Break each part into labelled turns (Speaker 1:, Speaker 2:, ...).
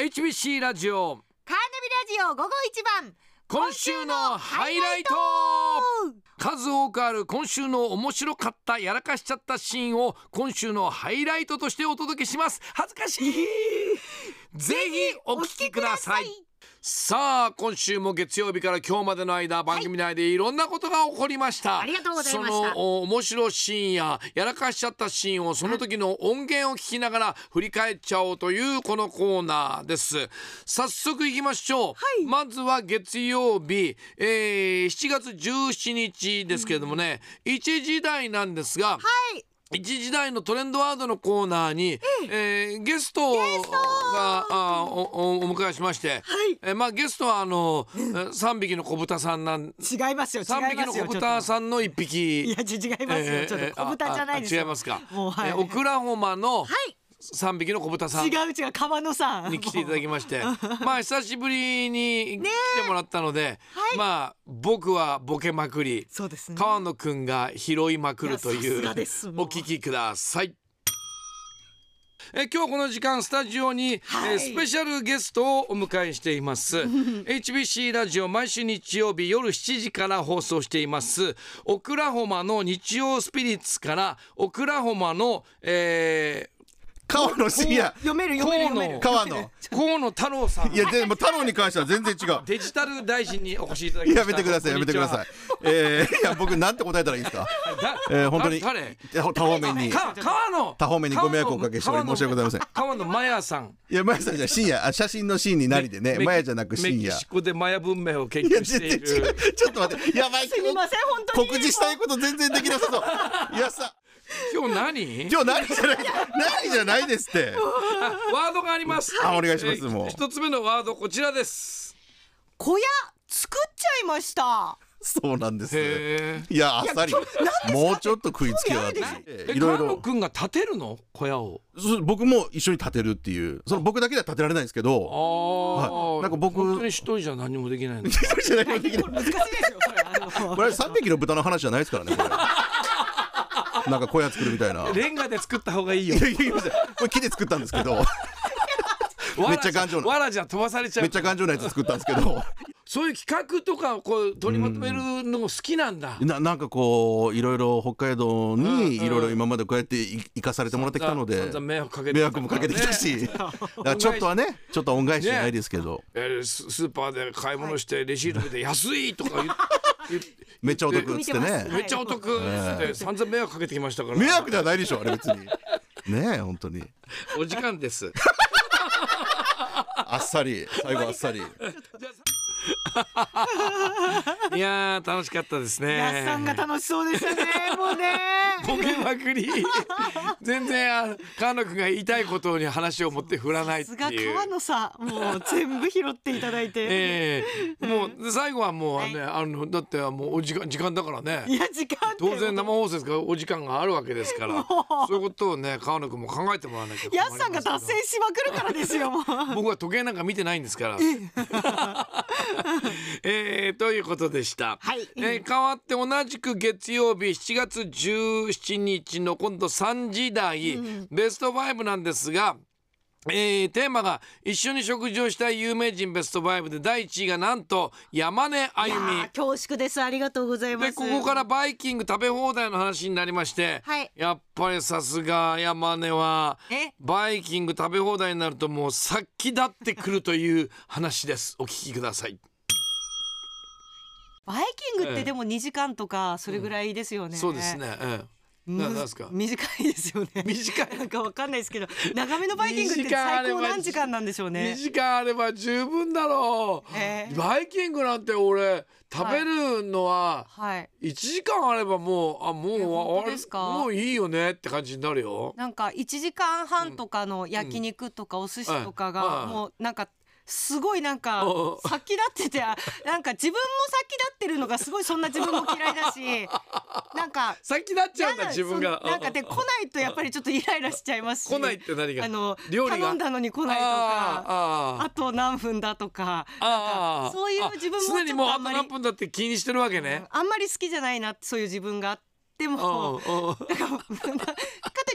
Speaker 1: HBC ラジオ
Speaker 2: カーナビラジオ午後一番
Speaker 1: 今週のハイライト数多くある今週の面白かったやらかしちゃったシーンを今週のハイライトとしてお届けします恥ずかしいぜひお聞きくださいさあ今週も月曜日から今日までの間番組内でいろんなことが起こりました、
Speaker 2: ありがとうございました
Speaker 1: そのお面白いシーンややらかしちゃったシーンをその時の音源を聞きながら振り返っちゃおうというこのコーナーです早速いきましょう、
Speaker 2: はい
Speaker 1: まずは月曜日、えー7月17日ですけれどもね、1時台なんですが、
Speaker 2: はい
Speaker 1: 一時代のトレンドワードのコーナーに、えーゲストがあおおお迎えしまして、
Speaker 2: はい
Speaker 1: えーまあ、ゲストはあのえー三匹の小豚さんなん
Speaker 2: 違いますよ
Speaker 1: 三匹の小豚さんの一匹
Speaker 2: いやち違いますよちょっと小豚じゃないですよ
Speaker 1: ああ違いますか
Speaker 2: もうはい
Speaker 1: えーオクラホマの
Speaker 2: はい
Speaker 1: 三匹の小豚さん
Speaker 2: 違う違う川野さん
Speaker 1: に来ていただきまして まあ久しぶりに来
Speaker 2: ね
Speaker 1: てもらったので、
Speaker 2: はい
Speaker 1: まあ僕はボケまくり
Speaker 2: そうですね
Speaker 1: 川野くんが拾いまくると
Speaker 2: いや
Speaker 1: い
Speaker 2: さす
Speaker 1: う
Speaker 2: がですもう
Speaker 1: お聞きくださいえ今日この時間スタジオに、
Speaker 2: はい
Speaker 1: えースペシャルゲストをお迎えしています HBC ラジオ毎週日曜日夜7時から放送していますオクラホマの日曜スピリッツからオクラホマの、え
Speaker 3: 川野シビア
Speaker 2: 読める読める読め
Speaker 1: 河
Speaker 2: る
Speaker 1: 野
Speaker 3: 川野
Speaker 1: ー、河野太郎さん
Speaker 3: いやでも太郎に関しては全然違う
Speaker 1: デジタル大臣にお越しいただきました
Speaker 3: やめてくださいやめてくださいえー、いや僕なんて答えたらいいですか
Speaker 1: こんにちは
Speaker 3: えー、本当に
Speaker 1: だ誰
Speaker 3: 多方面に
Speaker 1: か川野
Speaker 3: 多方面にご迷惑をおかけしており
Speaker 1: 川野
Speaker 3: 申し訳ございません
Speaker 1: 川野マヤさん
Speaker 3: いやまやさんじゃ深夜あ写真の真になりでね
Speaker 1: メキ
Speaker 3: まやじゃなく
Speaker 1: メ
Speaker 3: 深
Speaker 1: キ
Speaker 3: 夜
Speaker 1: シコでマヤ文明を研
Speaker 3: いや
Speaker 1: 究してい
Speaker 3: 全然違
Speaker 1: る
Speaker 3: うちょっと待ってやばい
Speaker 2: すみません本当に
Speaker 3: 告知したいこと全然できなさそういやさ
Speaker 1: 今日何
Speaker 3: 今日何じゃない何じゃないですって
Speaker 1: ワードがあります
Speaker 3: あお願いします
Speaker 1: えー
Speaker 3: もう
Speaker 1: 一つ目のワードこちらです
Speaker 2: 小屋作っちゃいました
Speaker 3: そうなんです
Speaker 1: へ
Speaker 3: いやあっさりもうちょっと食いつきやがって
Speaker 1: え
Speaker 3: いろ
Speaker 1: 川
Speaker 3: い
Speaker 1: 野
Speaker 3: ろ
Speaker 1: くんが建てるの小屋を
Speaker 3: そう僕も一緒に立てるっていうその僕だけでは立てられないんですけど
Speaker 1: あー、
Speaker 3: はいなんか僕
Speaker 1: 本当に一人じゃ何もできないの
Speaker 3: それじゃないできない
Speaker 2: 難しいですよこれあの
Speaker 3: これ3匹の豚の話じゃないですからねこれなんか小屋作るみたいな。い
Speaker 1: レンガで作った方がいいよ
Speaker 3: やいやいやこれ木で作ったんですけど めっちゃ頑丈な
Speaker 1: わらじゃ飛ばされちゃ
Speaker 3: め
Speaker 1: う
Speaker 3: っちゃ頑丈なやつ作ったんですけど
Speaker 1: そういう企画とかをこう取りまとめるのも好きなんだ
Speaker 3: ななんかこういろいろ北海道にいろいろ今までこうやってい生かされてもらってきたので
Speaker 1: 散々迷惑かけて
Speaker 3: 迷惑もかけてきたしだからちょっとはねちょっとは恩返しじゃないですけど
Speaker 1: えーススーパーで買い物してレシート見て安いとか言っ言って
Speaker 3: めっちゃお得っつって
Speaker 2: 見てます
Speaker 3: ね
Speaker 1: めっちゃお得っつって散々迷惑かけてきましたから
Speaker 3: 迷惑ではないでしょあれ別にねえ本当に
Speaker 1: お時間です
Speaker 3: あっさり最後あっさり
Speaker 1: いやー楽しかったですね
Speaker 2: やっさんが楽しそうですよねもうね
Speaker 1: ボケまくり全然あ川野くんが言いたいことに話を持って振らないって
Speaker 2: さすが
Speaker 1: いう
Speaker 2: 川野さんもう全部拾っていただいて
Speaker 1: ええもう最後はもうね、あのだってもうお時間時間だからね
Speaker 2: いや時間って
Speaker 1: 当然生放送ですからお時間があるわけですからそういうことをね川野くんも考えてもらわなきゃ困り
Speaker 2: や
Speaker 1: ます
Speaker 2: っ
Speaker 1: けど
Speaker 2: さんが達成しまくるからですよもう
Speaker 1: 僕は時計なんか見てないんですから。 えーということでした。
Speaker 2: はい
Speaker 1: えー変わって同じく月曜日7月17日の今度3時台、ベスト5なんですが。えーテーマが一緒に食事をしたい有名人ベスト5で第1位がなんと山根あゆみ
Speaker 2: あー恐縮ですありがとうございま
Speaker 1: ですここからバイキング食べ放題の話になりまして、
Speaker 2: はい
Speaker 1: やっぱりさすが山根は
Speaker 2: え
Speaker 1: バイキング食べ放題になるともう殺気立ってくるという話 ですお聞きください、
Speaker 2: バイキングっ
Speaker 1: ええ
Speaker 2: てでも2時間とかそれぐらいですよね、
Speaker 1: そうですね、ええ、
Speaker 2: む
Speaker 1: ななんですか
Speaker 2: 短いですよね
Speaker 1: 短い
Speaker 2: なんかわかんないですけど長めのバイキングっ
Speaker 1: 二
Speaker 2: て
Speaker 1: 時間あ
Speaker 2: 最
Speaker 1: れば
Speaker 2: 高何時間なんでしょ
Speaker 1: 2
Speaker 2: うね
Speaker 1: 時間あれば十分だろう、
Speaker 2: ええ
Speaker 1: バイキングなんて俺食べるのは
Speaker 2: はい
Speaker 1: 1時間あればもうあもう
Speaker 2: え本
Speaker 1: あ
Speaker 2: 当
Speaker 1: れ
Speaker 2: ですか
Speaker 1: もういいよねって感じになるよ
Speaker 2: なんか1時間半とかの焼肉とかお寿司とか
Speaker 1: うんは
Speaker 2: が
Speaker 1: い
Speaker 2: もうなんかすごいなんか
Speaker 1: おう
Speaker 2: 先立っててあなんか自分も先立ってるのがすごいそんな自分も嫌いだ しなんか
Speaker 1: 先立っちゃうんだ
Speaker 2: 嫌な
Speaker 1: 自分が
Speaker 2: そうなんかで来ないとやっぱりちょっとイライラしちゃいますし
Speaker 1: 来ないって何が
Speaker 2: あの
Speaker 1: 料理が
Speaker 2: 頼んだのに来ないと
Speaker 1: あ
Speaker 2: か
Speaker 1: あああ
Speaker 2: あと何分だとか
Speaker 1: ああ
Speaker 2: そういう自分も
Speaker 1: あ
Speaker 2: ちょっと
Speaker 1: 常にもうあ
Speaker 2: あ
Speaker 1: と
Speaker 2: んまり
Speaker 1: 何分だって気にしてるわけね。
Speaker 2: あんまり好きじゃないなそういう自分があって
Speaker 1: うん
Speaker 2: も
Speaker 1: うん
Speaker 2: なんかかといっ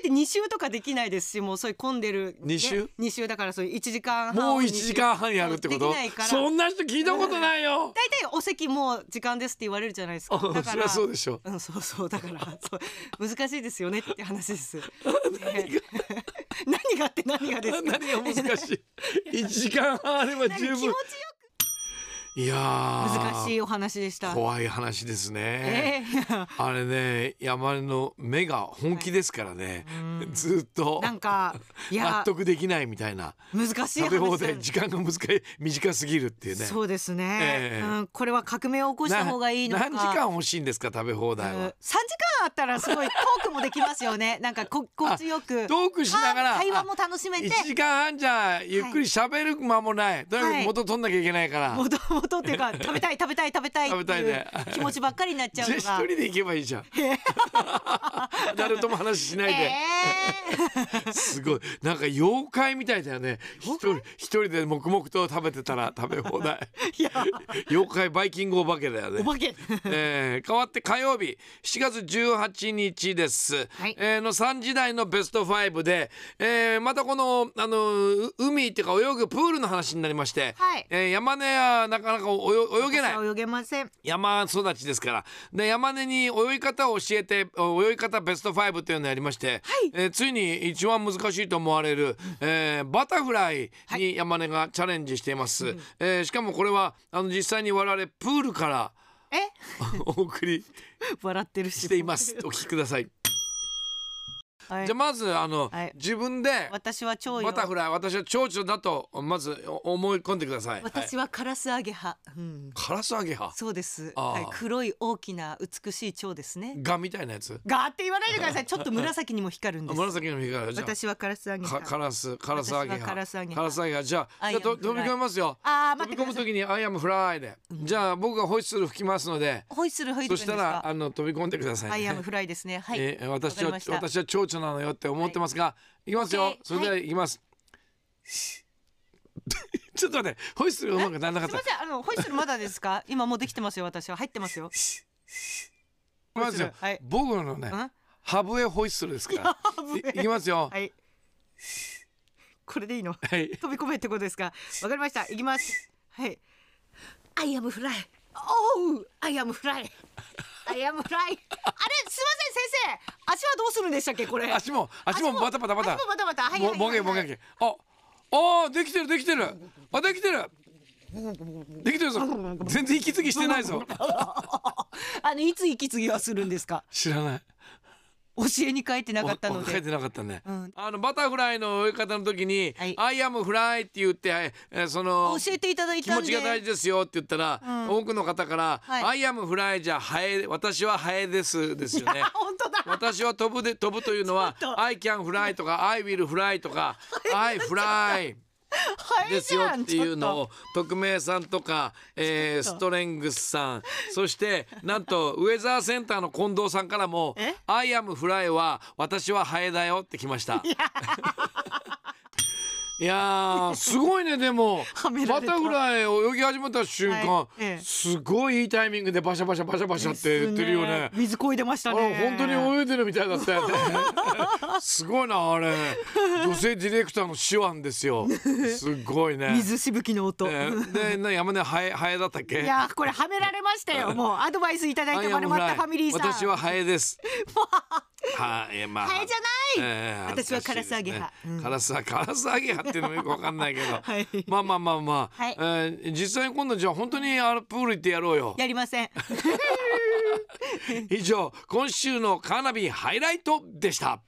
Speaker 2: て2周とかできないですしもうそういう混んでる、
Speaker 1: 二周
Speaker 2: 2周だからそういう1時間半
Speaker 1: もう
Speaker 2: を二
Speaker 1: 1
Speaker 2: 周
Speaker 1: 時間半やるってこ
Speaker 2: で
Speaker 1: と
Speaker 2: きないから
Speaker 1: そんな人聞いたことないよ
Speaker 2: 大体お席もう時間ですって言われるじゃないですかだか
Speaker 1: そ
Speaker 2: ら
Speaker 1: りゃそうでしょ
Speaker 2: うん、そうそうだからそう難しいですよねって話です。 ね 何がって何がです
Speaker 1: 何
Speaker 2: か
Speaker 1: が難しい1時間半あれば
Speaker 2: なんか
Speaker 1: 十
Speaker 2: 気持ち
Speaker 1: 分
Speaker 2: よ
Speaker 1: いや
Speaker 2: く
Speaker 1: ー
Speaker 2: 難しいお話でした。
Speaker 1: 怖い話ですね、
Speaker 2: ええいや
Speaker 1: あれね山根の目が本気ですからね、ずっと
Speaker 2: なんかい
Speaker 1: 納
Speaker 2: や
Speaker 1: 得できないみたいな
Speaker 2: 難しい話
Speaker 1: 食べ放
Speaker 2: だ
Speaker 1: 題時間が難い短すぎるっていうね
Speaker 2: そうですね、
Speaker 1: ええ
Speaker 2: うん、これは革命を起こした方がいいの
Speaker 1: な
Speaker 2: か。
Speaker 1: 何時間欲しいんですか食べ放題
Speaker 2: うん
Speaker 1: は、
Speaker 2: 三時間あったらすごいトークもできます よね。なんかこ心地よく
Speaker 1: トークしながら
Speaker 2: あ会話も楽しめて
Speaker 1: 一時間半じゃゆっくり喋る間もない、とにかく元取んなきゃいけないから、
Speaker 2: 元々っていうか食べたい食べたい食べたい
Speaker 1: 食べ
Speaker 2: って
Speaker 1: たい
Speaker 2: い
Speaker 1: ね
Speaker 2: う気持ちばっかりになっちゃう
Speaker 1: じゃあ一
Speaker 2: のが
Speaker 1: 人。で行けばいいじゃ ん誰とも話しない で、すごいなんか妖怪みたいだよね一人一人で黙々と食べてたら食べ放題
Speaker 2: え ー、いや
Speaker 1: 妖怪バイキングお化けだよね
Speaker 2: お化け。
Speaker 1: えー、変わって火曜日7月18日です、
Speaker 2: はい
Speaker 1: えーの3時台のベスト5で、えーまたこのあのう海っていうか泳ぐプールの話になりまして、
Speaker 2: はい
Speaker 1: えー山根はなかなか泳泳げない
Speaker 2: 私は泳げません。
Speaker 1: 山育ちですからで山根に泳ぎ方を教えてお泳ぎ方ベスト5というのをやりまして、
Speaker 2: はい
Speaker 1: えーついに一番難しいと思われる、えーバタフライに山根がチャレンジしています、えーしかもこれはあの実際に我々プールから
Speaker 2: え、
Speaker 1: お送り
Speaker 2: 笑ってるし。
Speaker 1: してい ます。お聞きください。
Speaker 2: はい
Speaker 1: じゃあまずあの、
Speaker 2: はい
Speaker 1: 自分で
Speaker 2: 私は蝶よ。
Speaker 1: バタフライ私は蝶々だとまずお思い込んでください。
Speaker 2: 私
Speaker 1: はい、
Speaker 2: はカラスアゲハ。うん。
Speaker 1: カラスアゲハ
Speaker 2: そうです。
Speaker 1: あー
Speaker 2: はい、黒い大きな美しい蝶ですね。
Speaker 1: ガみたいなやつ。
Speaker 2: ガーって言わないでく ださい。ちょっと紫にも光るん
Speaker 1: あ
Speaker 2: です。
Speaker 1: 紫の光がじゃ
Speaker 2: 私はカラスアゲ
Speaker 1: あ
Speaker 2: ハ
Speaker 1: か。カラスカラスアゲ
Speaker 2: 私
Speaker 1: ハ
Speaker 2: はカラスアゲハ
Speaker 1: じゃあ
Speaker 2: I
Speaker 1: じゃあと
Speaker 2: am fly
Speaker 1: 飛び込みますよ。
Speaker 2: ああ、
Speaker 1: 飛
Speaker 2: 待っ
Speaker 1: び
Speaker 2: て
Speaker 1: 込
Speaker 2: く
Speaker 1: む
Speaker 2: ださい。
Speaker 1: 時にアイアムフライで、じゃあ僕がホイッスル吹きますので、
Speaker 2: ホイッスルホイッス
Speaker 1: そ
Speaker 2: ル
Speaker 1: し
Speaker 2: です
Speaker 1: たら
Speaker 2: か。
Speaker 1: あの飛び込んでください、ね。
Speaker 2: アイアムフライですね。はい。
Speaker 1: えー私は
Speaker 2: わかりまし
Speaker 1: 私は蝶々なのよって思ってますが、い、きますよ、
Speaker 2: はい
Speaker 1: それではいきます、ちょっと待ってホイッスルうまくならなか
Speaker 2: た
Speaker 1: っ
Speaker 2: す
Speaker 1: たい
Speaker 2: みません。あのホイッスルまだですか。今もうできてますよ。私は入ってますよ。
Speaker 1: きますよ、
Speaker 2: はい
Speaker 1: 僕のね、
Speaker 2: ん
Speaker 1: ハブエホイッスルです から
Speaker 2: ブエ
Speaker 1: いいきますよ、
Speaker 2: はい。これでいいの。
Speaker 1: はい
Speaker 2: 飛び込めってことですか。わかりました。いきます。はい。アイアムフライ。おう、アイアムフライ。アイアムフライ。あれ、すみません、先生。足はどうするんでしたっけ、これ。
Speaker 1: 足も足もバタバタバタ
Speaker 2: 足もバタバタ。はい、
Speaker 1: ももげもげもげああーできてるできてるあできてるできてる ぞ全然息継ぎしてないぞ
Speaker 2: あの、いつ息継ぎはするんですか。
Speaker 1: 知らない
Speaker 2: 教えに書いてなかったの
Speaker 1: 書い
Speaker 2: で。
Speaker 1: てなかったね、
Speaker 2: ん
Speaker 1: あのバタフライの泳ぎ方の時に
Speaker 2: は
Speaker 1: 「
Speaker 2: い
Speaker 1: アイアムフライ」って言ってえーその
Speaker 2: 教えていただい
Speaker 1: 気
Speaker 2: た
Speaker 1: 持
Speaker 2: んで。
Speaker 1: ちが大事ですよって言ったら、多くの方から「
Speaker 2: はい
Speaker 1: アイアムフライ」じゃ「ハエ」私はハエですですよね
Speaker 2: あ、。本当だ。
Speaker 1: 私は飛ぶで飛ぶというのは
Speaker 2: ちょっ
Speaker 1: 「
Speaker 2: と
Speaker 1: I can fly」とか「I will fly」と か「I fly」
Speaker 2: ハエ
Speaker 1: です
Speaker 2: じ
Speaker 1: よ
Speaker 2: ゃん
Speaker 1: っていうの
Speaker 2: ちょっ
Speaker 1: を匿名さんとか、えーストレングスさんそしてなんとウェザーセンターの近藤さんからも
Speaker 2: え
Speaker 1: 「アイアムフライは私はハエだよ」ってきました。 いやーすごいねでも
Speaker 2: はめら
Speaker 1: バ
Speaker 2: れた
Speaker 1: タフライ泳ぎ始めた瞬間、
Speaker 2: はいええ
Speaker 1: すごいいいタイミングでバシャバシャバシャバシャ
Speaker 2: と
Speaker 1: って言ってるよね。
Speaker 2: です水こいでました
Speaker 1: あれ本
Speaker 2: ね。
Speaker 1: 当に泳いでるみたいだ ったよね。すごいなあれ。女性ディレクターの手腕ですよ。すごいね。
Speaker 2: 水しぶきの音。
Speaker 1: えーで な山根ハエハエだったっけ？
Speaker 2: いやーこれはめられましたよもうアドバイスいただい
Speaker 1: ア
Speaker 2: て
Speaker 1: イアム
Speaker 2: 丸
Speaker 1: フ
Speaker 2: まっ
Speaker 1: ライ
Speaker 2: たファミリーさん
Speaker 1: 私はハエ です。はいえまあ。
Speaker 2: ハエじゃない、
Speaker 1: えー恥ず
Speaker 2: 私はカ
Speaker 1: か
Speaker 2: ラ
Speaker 1: しい
Speaker 2: スアゲハ
Speaker 1: ですねカラスカラスアゲハっていうのもよくわかんないけど。
Speaker 2: はい
Speaker 1: まあまあまあまあ。
Speaker 2: はい
Speaker 1: えー実際に今度じゃあ本当にあのプール行ってやろうよ。
Speaker 2: やりません
Speaker 1: 以上今週のカーナビハイライトでした。